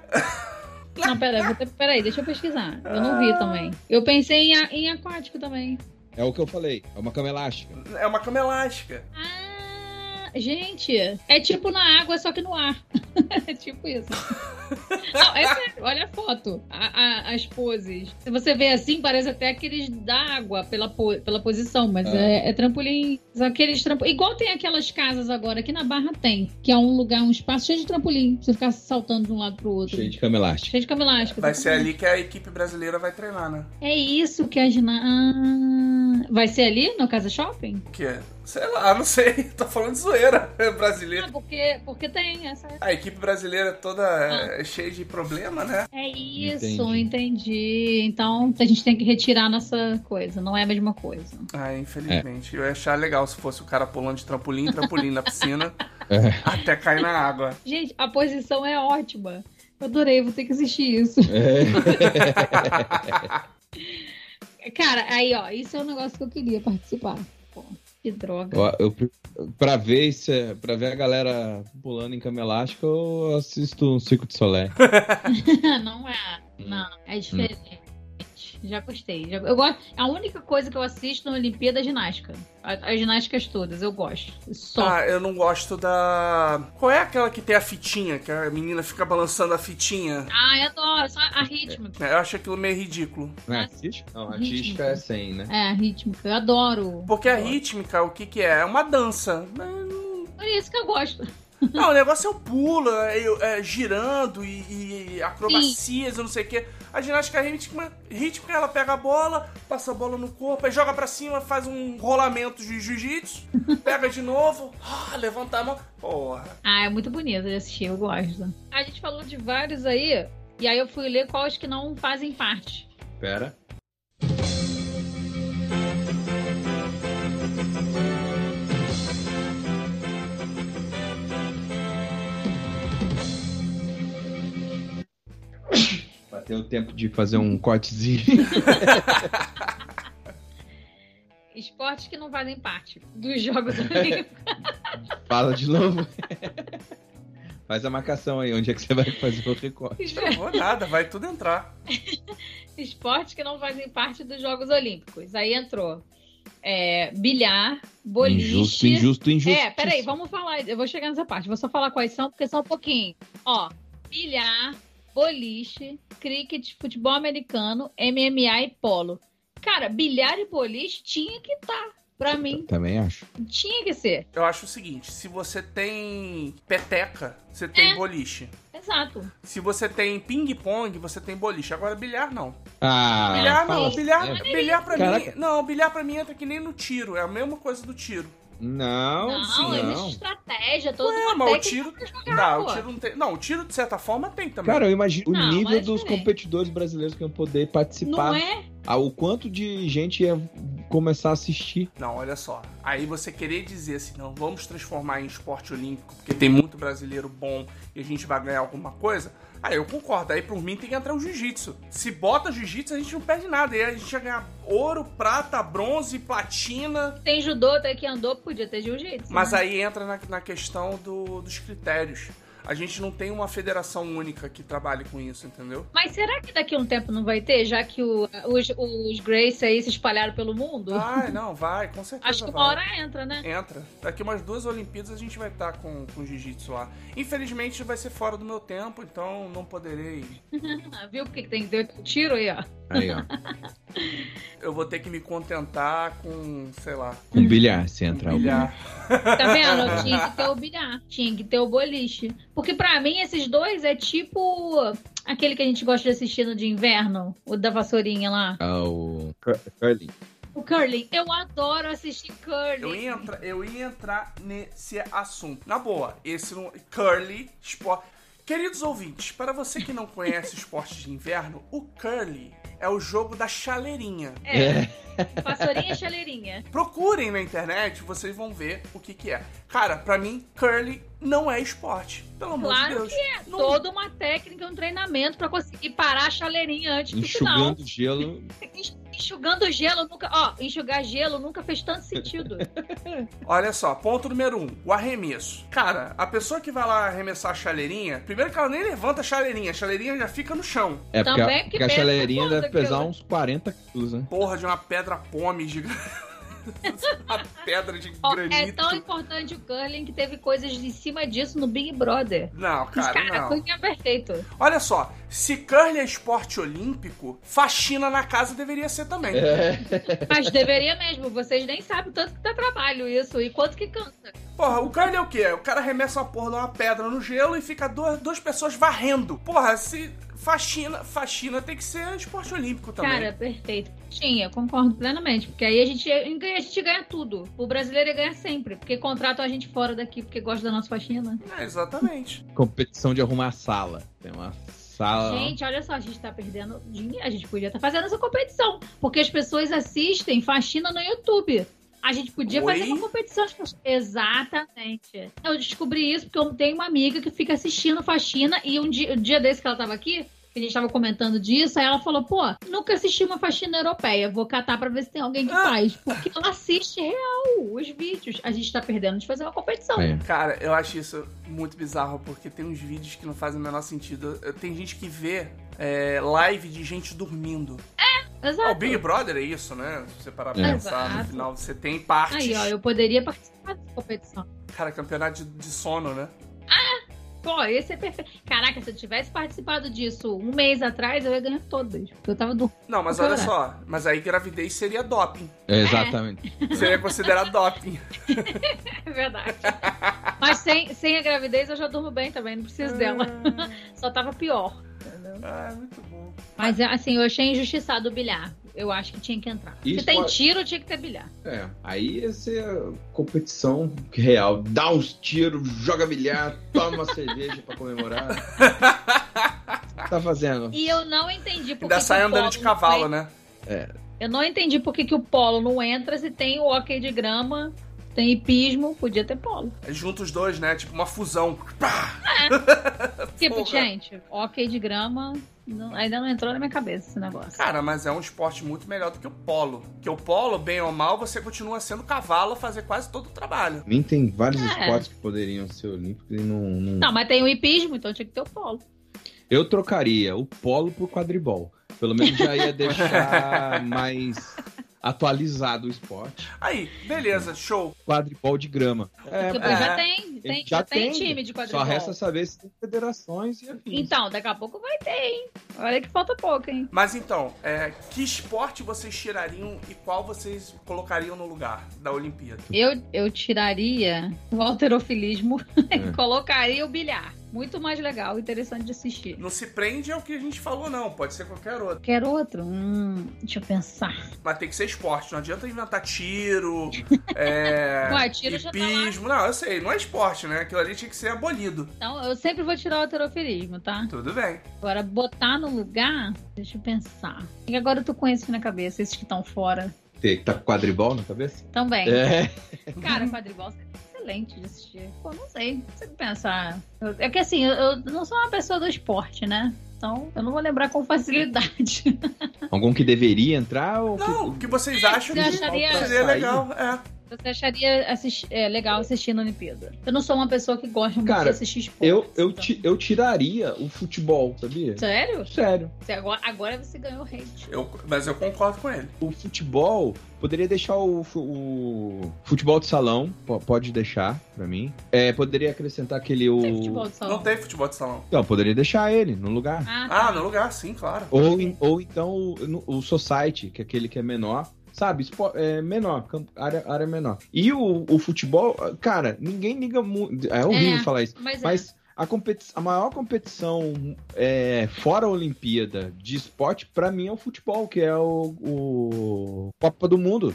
Não, pera, vou ter- peraí, deixa eu pesquisar. Eu não vi também. Eu pensei em, a- em aquático também.
É o que eu falei, é uma cama elástica.
É uma cama elástica.
Ah, gente, é tipo na água, só que no ar. é tipo isso. Não, é sério, olha a foto, a- a- as poses. Se você vê assim, parece até aqueles da água pela, po- pela posição, mas
Ah.
é, é trampolim. São Aqueles trampo... Igual tem aquelas casas agora, aqui na Barra tem, que é um lugar, um espaço cheio de trampolim, pra você ficar saltando de um lado pro outro.
Cheio de cama elástica.
Cheio de cama elástica.
Vai ser
exatamente.
ali que a equipe brasileira vai treinar, né?
É isso que a Gina. Ah, vai ser ali no Casa Shopping?
Que é. Sei lá, não sei. Tô falando de zoeira é
Ah,
brasileira.
porque, porque tem essa.
A equipe brasileira é toda é, cheia de problema, né?
É isso, entendi. Então a gente tem que retirar nossa coisa, não é a mesma coisa.
Ah, infelizmente. Eu ia achar legal se fosse o cara pulando de trampolim, trampolim na piscina,
É,
até cair na água.
Gente, a posição é ótima. Eu adorei, vou ter que assistir isso.
é.
Cara, aí ó, isso é um negócio que eu queria participar. Pô, que droga.
Ó, Eu, pra, ver isso, é- pra ver a galera pulando em cama elástica, eu assisto um Circo de Solé.
não é. Não, é diferente. Já gostei. já- eu gosto, a única coisa que eu assisto na Olimpíada é ginástica. A- As ginásticas todas, eu gosto. Só.
Ah, eu não gosto da. Qual é aquela que tem a fitinha, que a menina fica balançando a fitinha?
Ah, eu adoro. Só a rítmica.
Eu acho aquilo meio ridículo.
Não é artística? Não,
Ritmo.
artística é 100, né?
É, a rítmica. Eu adoro.
Porque a rítmica, o que que é? É uma É dança. Mas-
Por isso que eu gosto.
Não, o negócio é o pulo, é, o- é girando e, e acrobacias, eu não sei o quê. A ginástica rítmica, rítmica, ela pega a bola, passa a bola no corpo, aí joga pra cima, faz um rolamento de jiu-jitsu, pega de novo, ah, levanta a mão. Porra.
Ah, é muito bonito de assistir, eu gosto. A gente falou de vários aí, e aí eu fui ler quais que não fazem parte.
Pera. Bateu o tempo de fazer um cortezinho.
Esportes que não fazem parte dos Jogos Olímpicos.
Fala de novo. Faz a marcação aí, onde é que você vai fazer o recorte.
Não vou nada, vai tudo entrar.
Esportes que não fazem parte dos Jogos Olímpicos. Aí entrou é, bilhar, boliche.
Injusto, injusto, injusto.
É, peraí, vamos falar. Eu vou chegar nessa parte. Vou só falar quais são, porque são um pouquinho. Ó, bilhar, boliche, cricket, futebol americano, MMA e polo. Cara, bilhar e boliche tinha que estar. Tá. Pra mim,
Também acho.
tinha que ser.
Eu acho o seguinte, se você tem peteca, você tem boliche.
Exato.
Se você tem ping-pong, você tem boliche. Agora, bilhar não.
Ah,
bilhar não,
fala-
bilhar,
é.
bilhar pra mim.
Caraca.
Não, bilhar pra mim entra que nem no tiro, é a mesma coisa do tiro.
Não,
Não,
sim, não.
existe estratégia, toda
Ué,
uma
mas o
técnica
tiro.
pra jogar,
Tá,
pô.
o tiro não tem. Não, o tiro de certa forma tem também.
Cara, eu imagino
Não,
o nível
mas
dos
também.
competidores brasileiros que iam poder
Não
participar.
é?
Ah, O quanto de gente ia começar a assistir.
Não, olha só. Aí você querer dizer assim, não, vamos transformar em esporte olímpico, porque tem muito brasileiro bom e a gente vai ganhar alguma coisa. Aí eu concordo. Aí por mim tem que entrar o jiu-jitsu. Se bota jiu-jitsu, a gente não perde nada. Aí a gente ia ganhar ouro, prata, bronze, platina.
Tem judô, tem que andou, podia ter jiu-jitsu.
Mas
Uhum.
né?
aí entra na, na questão do- dos critérios. A gente não tem uma federação única que trabalhe com isso, entendeu?
Mas será que daqui a um tempo não vai ter, já que o- os, os Grace aí se espalharam pelo mundo?
Vai, não, vai, com certeza
Acho que
Ah, vai.
uma hora entra, né?
Entra. Daqui umas duas Olimpíadas a gente vai estar com, com jiu-jitsu lá. Infelizmente vai ser fora do meu tempo, então não poderei.
Ah, Viu porque tem que ter o tiro aí, ó?
Aí, ó.
Eu vou ter que me contentar com, sei lá,
Com bilhar, se
um
entrar o bilhar.
bilhar.
Tá vendo? Tinha que ter o bilhar, tinha que ter o boliche. Porque pra mim esses dois é tipo aquele que a gente gosta de assistir no de inverno, o da vassourinha lá.
Ah, o cur- curling.
O curling. Eu adoro assistir curling.
Eu ia, entra, eu ia entrar nesse assunto. Na boa, esse não, curly, esporte. Queridos ouvintes, para você que não conhece esporte de inverno, o curly é o jogo da chaleirinha.
É, vassourinha e chaleirinha.
Procurem na internet, vocês vão ver o que que é. Cara, pra mim, curly não é esporte. Pelo amor de
Claro
Deus.
que é.
Não-
Toda uma técnica, um treinamento pra conseguir parar a chaleirinha antes do
Enxugando gelo.
final. Enx- Enxugando gelo nunca. Ó, enxugar gelo nunca fez tanto sentido.
Olha só, ponto número um, o arremesso. Cara, a pessoa que vai lá arremessar a chaleirinha, primeiro que ela nem levanta a chaleirinha, a chaleirinha já fica no chão.
É, porque
Também
a,
que
porque a
pesa
chaleirinha
quanto
deve pesar
aquilo? né?
uns 40 quilos, né?
Porra de uma pedra pome gigante. uma pedra de
Ó,
granito.
é tão importante o curling que teve coisas em cima disso no Big Brother.
Não,
Mas,
cara,
cara,
não.
curling é perfeito.
Olha só, se curling é esporte olímpico, faxina na casa deveria ser também.
Mas deveria mesmo, vocês nem sabem o tanto que dá trabalho isso e quanto que cansa.
Porra, o curling é o quê? O cara arremessa uma porra de uma pedra no gelo e fica duas, duas pessoas varrendo. Porra, se faxina, faxina tem que ser esporte olímpico também.
Cara, perfeito. Tinha, concordo plenamente. Porque aí a gente, a gente ganha tudo. O brasileiro ia ganhar sempre. Porque contratam a gente fora daqui porque gosta da nossa faxina.
É, exatamente.
Competição de arrumar sala. Tem uma sala. ó.
Gente, olha só, a gente tá perdendo dinheiro. A gente podia estar fazendo essa competição. Porque as pessoas assistem faxina no YouTube. A gente podia
Oi?
fazer uma competição. de faxina. Exatamente. Eu descobri isso porque eu tenho uma amiga que fica assistindo faxina. E um dia, um dia desse que ela tava aqui, que a gente tava comentando disso, aí ela falou: pô, nunca assisti uma faxina europeia. Vou catar pra ver se tem alguém que
Ah.
faz. Porque ela assiste real os vídeos. A gente tá perdendo de fazer uma competição.
É.
Cara, eu acho isso muito bizarro, porque tem uns vídeos que não fazem o menor sentido. Eu- Tem gente que vê é, live de gente dormindo. Ah, o
Exato.
Big Brother é isso, né? Se você parar pra
É.
pensar, no
Exato.
final você tem partes.
Aí, ó, eu poderia participar dessa competição.
Cara, campeonato de, de sono, né?
Pô, esse é perfeito. Caraca, se eu tivesse participado disso um mês atrás, eu ia ganhar todas. Porque eu tava dormindo.
Não, mas
Vou
olha
chorar.
só. Mas aí gravidez seria doping.
É, exatamente.
Seria considerado doping.
É verdade. Mas sem, sem a gravidez, eu já durmo bem também. Não preciso dela. Só tava pior.
Ah, muito bom.
Mas assim, eu achei injustiçado o bilhar. Eu acho que tinha que entrar.
Isso
Se tem
pode-
tiro, tinha que ter bilhar.
É, aí essa é a competição real. Dá uns tiros, joga bilhar, toma uma cerveja pra comemorar. O que tá fazendo?
E eu não entendi por
Ainda
que
sai
que o
andando
polo
de
não
cavalo,
foi-
né?
Eu não entendi por que, que o polo não entra se tem o hockey de grama, tem hipismo, podia ter polo.
Junta os dois, né? Tipo uma fusão. Pá! Tá
Tipo,
Porra.
gente, hockey de grama não- ainda não entrou na minha cabeça esse negócio.
Cara, mas é um esporte muito melhor do que o polo. Porque o polo, bem ou mal, você continua sendo cavalo a fazer quase todo o trabalho.
Pra mim tem vários
É.
esportes que poderiam ser olímpicos e não. não-
Não, mas tem o hipismo, então tinha que ter o polo.
Eu trocaria o polo por quadribol. Pelo menos já ia deixar mais atualizado o esporte.
Aí, beleza, show.
Quadribol de grama. É,
Porque
é.
já tem, tem- já, tem, time de quadribol.
Só resta saber se tem federações e afins.
Então, daqui a pouco vai ter, hein? Olha que falta pouco, hein?
Mas então, é, que esporte vocês tirariam e qual vocês colocariam no lugar da Olimpíada?
Eu, eu tiraria o alterofilismo
É.
e colocaria o bilhar. Muito mais legal, interessante de assistir.
Não se prende ao que a gente falou, não. Pode ser qualquer outro.
Quer outro? Hum, deixa eu pensar.
Mas tem que ser esporte. Não adianta inventar tiro, é,
Ué, tiro já tá lá.
hipismo. Não, eu sei. Não é esporte, né? Aquilo ali tinha que ser abolido.
Então, eu sempre vou tirar o alterofilismo, tá?
Tudo bem.
Agora, botar no lugar, deixa eu pensar. E agora eu tô com esse na cabeça, esses que estão fora
Tem- Tá com quadribol na cabeça?
também.
É.
Cara, quadribol seria excelente de assistir. Pô, não sei. Você pensar. Eu- é que assim, eu, eu não sou uma pessoa do esporte, né? Então, eu não vou lembrar com facilidade.
Algum que deveria entrar ou
Não, o que vocês acham que
você acharia-
seria
Sair?
legal. É.
Você acharia assis- é, legal assistir na Olimpíada? Eu não sou uma pessoa que gosta muito
Cara,
de assistir esporte.
Eu, eu,
então.
ti- eu tiraria o futebol, sabia?
Sério?
Sério.
Você agora, agora você ganhou hate.
Eu, mas eu concordo com ele.
O futebol poderia deixar o, fu- o futebol de salão, po- pode deixar pra mim. É, poderia acrescentar aquele o
Tem futebol de salão.
Não tem futebol de salão.
Não, poderia deixar ele no lugar.
Ah, tá.
Ah, no lugar, sim, claro.
Ou, em- ou então o, no- o society, que é aquele que é menor. Sabe, espo- é menor, campo- área, área menor. E o, o futebol, cara, ninguém liga muito. É horrível
É.
falar isso.
Mas, é.
Mas a, competi- a maior competição é, fora a Olimpíada de esporte, pra mim, é o futebol, que é o, o Copa do Mundo.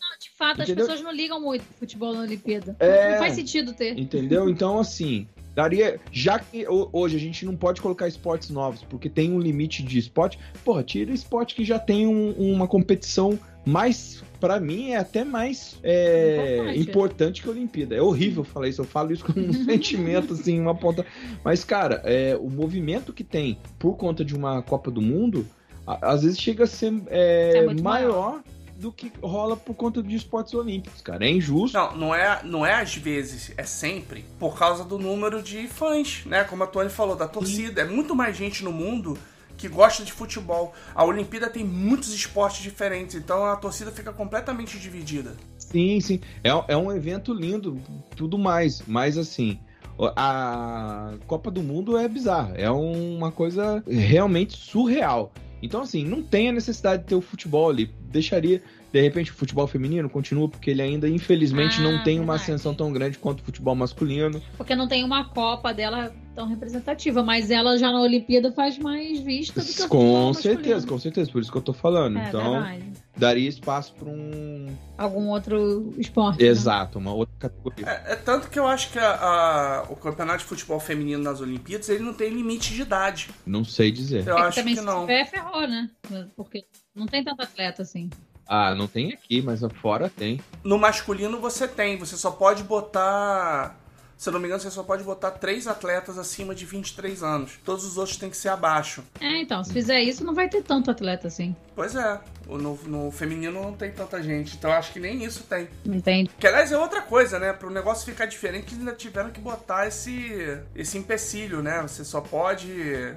Não, de fato, as
Entendeu?
pessoas não ligam muito pro futebol na Olimpíada.
É.
Não faz sentido ter.
Entendeu? Então, assim, daria. Já que ho- hoje a gente não pode colocar esportes novos, porque tem um limite de esporte, porra, tira esporte que já tem um- uma competição mais. Pra mim, é até mais é,
Importante.
importante. que a Olimpíada. É horrível falar isso. Eu falo isso com um sentimento, assim, uma ponta. Mas, cara, é, o movimento que tem por conta de uma Copa do Mundo, a- às vezes chega a ser é,
É muito
maior do que rola por conta de esportes olímpicos, cara. É injusto.
Não, não é, não é às vezes, é sempre por causa do número de fãs, né? Como a Tony falou, da torcida. É muito mais gente no mundo que gosta de futebol. A Olimpíada tem muitos esportes diferentes, então a torcida fica completamente dividida.
Sim, sim. É, é um evento lindo, tudo mais. Mas assim, a Copa do Mundo é bizarra. É uma coisa realmente surreal. Então, assim, não tem a necessidade de ter o futebol ali. Deixaria, de repente, o futebol feminino continua, porque ele ainda, infelizmente,
Ah,
não tem uma
verdade.
ascensão tão grande quanto o futebol masculino.
Porque não tem uma Copa dela tão representativa. Mas ela já na Olimpíada faz mais vista do que é o futebol
Com
masculino.
certeza, com certeza, por isso que eu tô falando.
É,
então,
verdade.
daria espaço para um.
Algum outro esporte. né?
Exato, uma outra categoria.
É, é tanto que eu acho que a- a- o campeonato de futebol feminino nas Olimpíadas ele não tem limite de idade.
Não sei dizer.
Eu
É que
acho
também
que
se
não.
tiver, ferrou, né? Porque não tem tanto atleta assim.
Ah, não tem aqui, mas fora tem.
No masculino você tem, você só pode botar. Se eu não me engano, você só pode botar três atletas acima de 23 anos. Todos os outros têm que ser abaixo.
É, então, se fizer isso, não vai ter tanto atleta assim.
Pois é, o- no, no feminino não tem tanta gente, então eu acho que nem isso tem.
Entende?
Que aliás é outra coisa, né? Pro negócio ficar diferente, eles ainda tiveram que botar esse, esse empecilho, né? Você só pode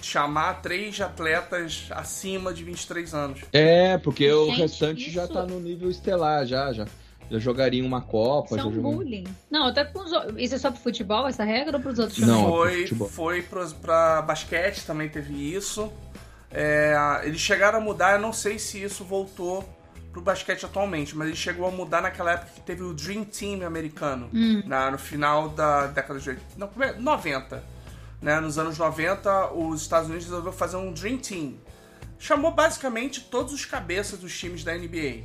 chamar três atletas acima de 23 anos.
É, porque o
Gente,
restante já
isso-
tá no nível estelar, já, já. já jogaria em uma Copa.
Isso é
já
um
jogaria-
bullying. Não, até pros outros. Isso é só pro futebol, essa regra, ou pros outros
Não,
também?
foi
futebol.
foi pros- pra basquete, também teve isso. É, eles chegaram a mudar, eu não sei se isso voltou pro basquete atualmente, mas ele chegou a mudar naquela época que teve o Dream Team americano, na- no final da década de 80, não, como é? 90. né? Nos anos 90, os Estados Unidos resolveu fazer um Dream Team. Chamou basicamente todos os cabeças dos times da NBA.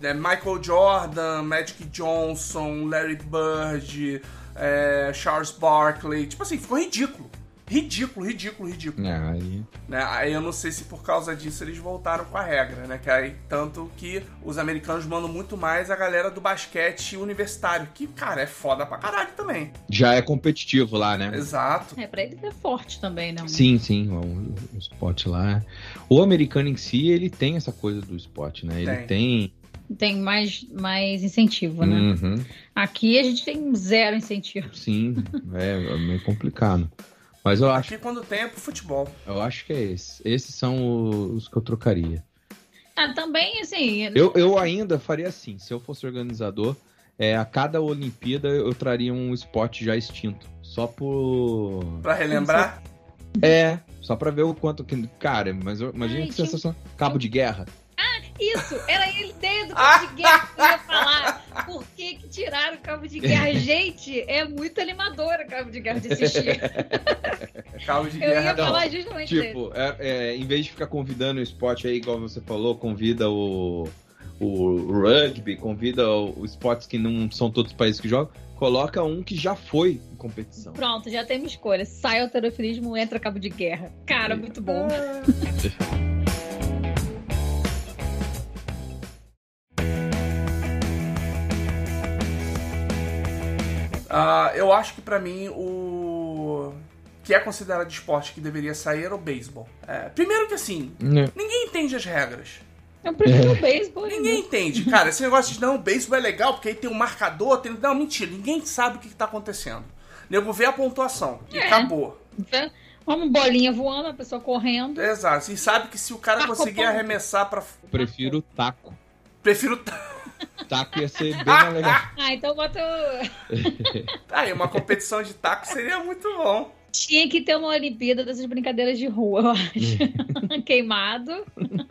né? Michael Jordan, Magic Johnson, Larry Bird, é, Charles Barkley. Tipo assim, ficou ridículo. Ridículo, ridículo, ridículo.
É, aí-
né? Aí eu não sei se por causa disso eles voltaram com a regra, né? Que aí, tanto que os americanos mandam muito mais a galera do basquete universitário, que, cara, é foda pra caralho também.
já é competitivo lá, né?
Exato.
É, pra ele é forte também, né?
Sim, sim, o, o esporte lá. O americano em si, ele tem essa coisa do esporte, né? Ele
Tem.
tem.
Tem mais, mais incentivo, né?
Uhum,
Aqui a gente tem zero incentivo.
sim, é, é meio complicado. Mas eu acho,
Aqui quando tem é pro futebol.
eu acho que é esse. Esses são os que eu trocaria.
Ah, também, assim,
Eu, eu ainda faria assim, se eu fosse organizador, é, a cada Olimpíada eu traria um esporte já extinto. Só por.
Pra relembrar,
É, só pra ver o quanto. que- Cara, mas eu- imagina
Ai,
que
tinha um-
sensação. Cabo de guerra.
Isso, era a ideia do cabo de guerra que eu ia falar. Por que, que tiraram o cabo de guerra? Gente, é muito animador o cabo de guerra de assistir.
carro é de
Eu ia
guerra.
Não,
falar justamente dele.
Tipo, é- é, em vez de ficar convidando o esporte aí, igual você falou, convida o, o rugby, convida o- os esportes que não são todos os países que jogam, coloca um que já foi em competição.
Pronto, já temos escolha. Sai o terofilismo, entra o cabo de guerra. Cara, muito
Uhum.
bom.
Ah, eu acho que pra mim o que é considerado esporte que deveria sair era o beisebol. É, primeiro que assim,
Né?
ninguém entende as regras.
Eu prefiro
É.
o um beisebol. ainda.
Ninguém entende, cara. Esse negócio de não, o beisebol é legal porque aí tem um marcador, tem. Não, mentira, ninguém sabe o que, que tá acontecendo. O Nego vê a pontuação e
É.
acabou.
Uma bolinha voando, a pessoa correndo.
Exato. E sabe que se o cara
Marcou
conseguir
Tá ponto.
arremessar pra.
Eu prefiro o taco.
Prefiro.
Taco ia ser bem mais legal.
Ah, então bota o...
Aí, uma competição de taco seria muito bom.
Tinha que ter uma Olimpíada dessas brincadeiras de rua, eu
Uhum.
acho. Queimado.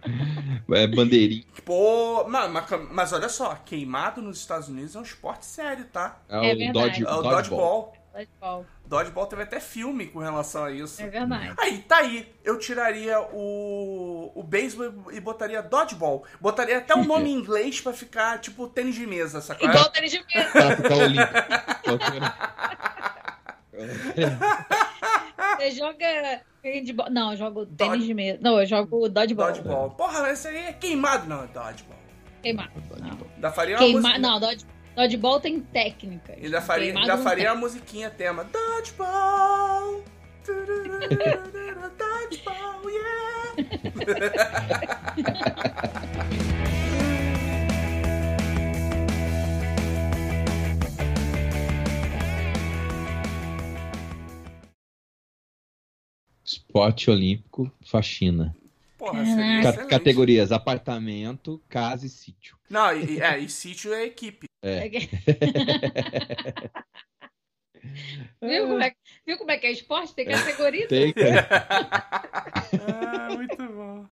É, bandeirinha.
Pô, ma- ma- mas, olha só, queimado nos Estados Unidos é um esporte sério, tá?
É,
É
o
verdade.
dodge,
É o
dodgeball.
dodgeball.
Dodgeball.
Dodgeball teve até filme com relação a isso.
É verdade.
Aí, tá aí. Eu tiraria o, o beisebol e botaria dodgeball. Botaria até um nome em inglês pra ficar, tipo, tênis de mesa, é? sacou?
Igual o tênis de mesa.
Taco da Olímpica.
Você joga handball. Não, eu jogo
Dodge.
tênis de mesa. Não, eu jogo dodgeball.
Dodgeball. Porra, mas isso aí é queimado. Não, é dodgeball.
Queimar.
Dodgeball.
Ainda faria uma
Queimar.
musiquinha.
Não, dodge... dodgeball tem técnica.
Ainda faria,
Queimado
ainda
não
faria a musiquinha tema. Dodgeball. Turururururu, Dodgeball, yeah.
Esporte olímpico, faxina.
Porra, seria
Ca-
excelente.
categorias: apartamento, casa e sítio.
Não, e, e- é, e sítio é equipe.
tem. Viu, como é... Viu como é que é esporte? Tem categoria?
Tem, cara.
Ah, muito bom.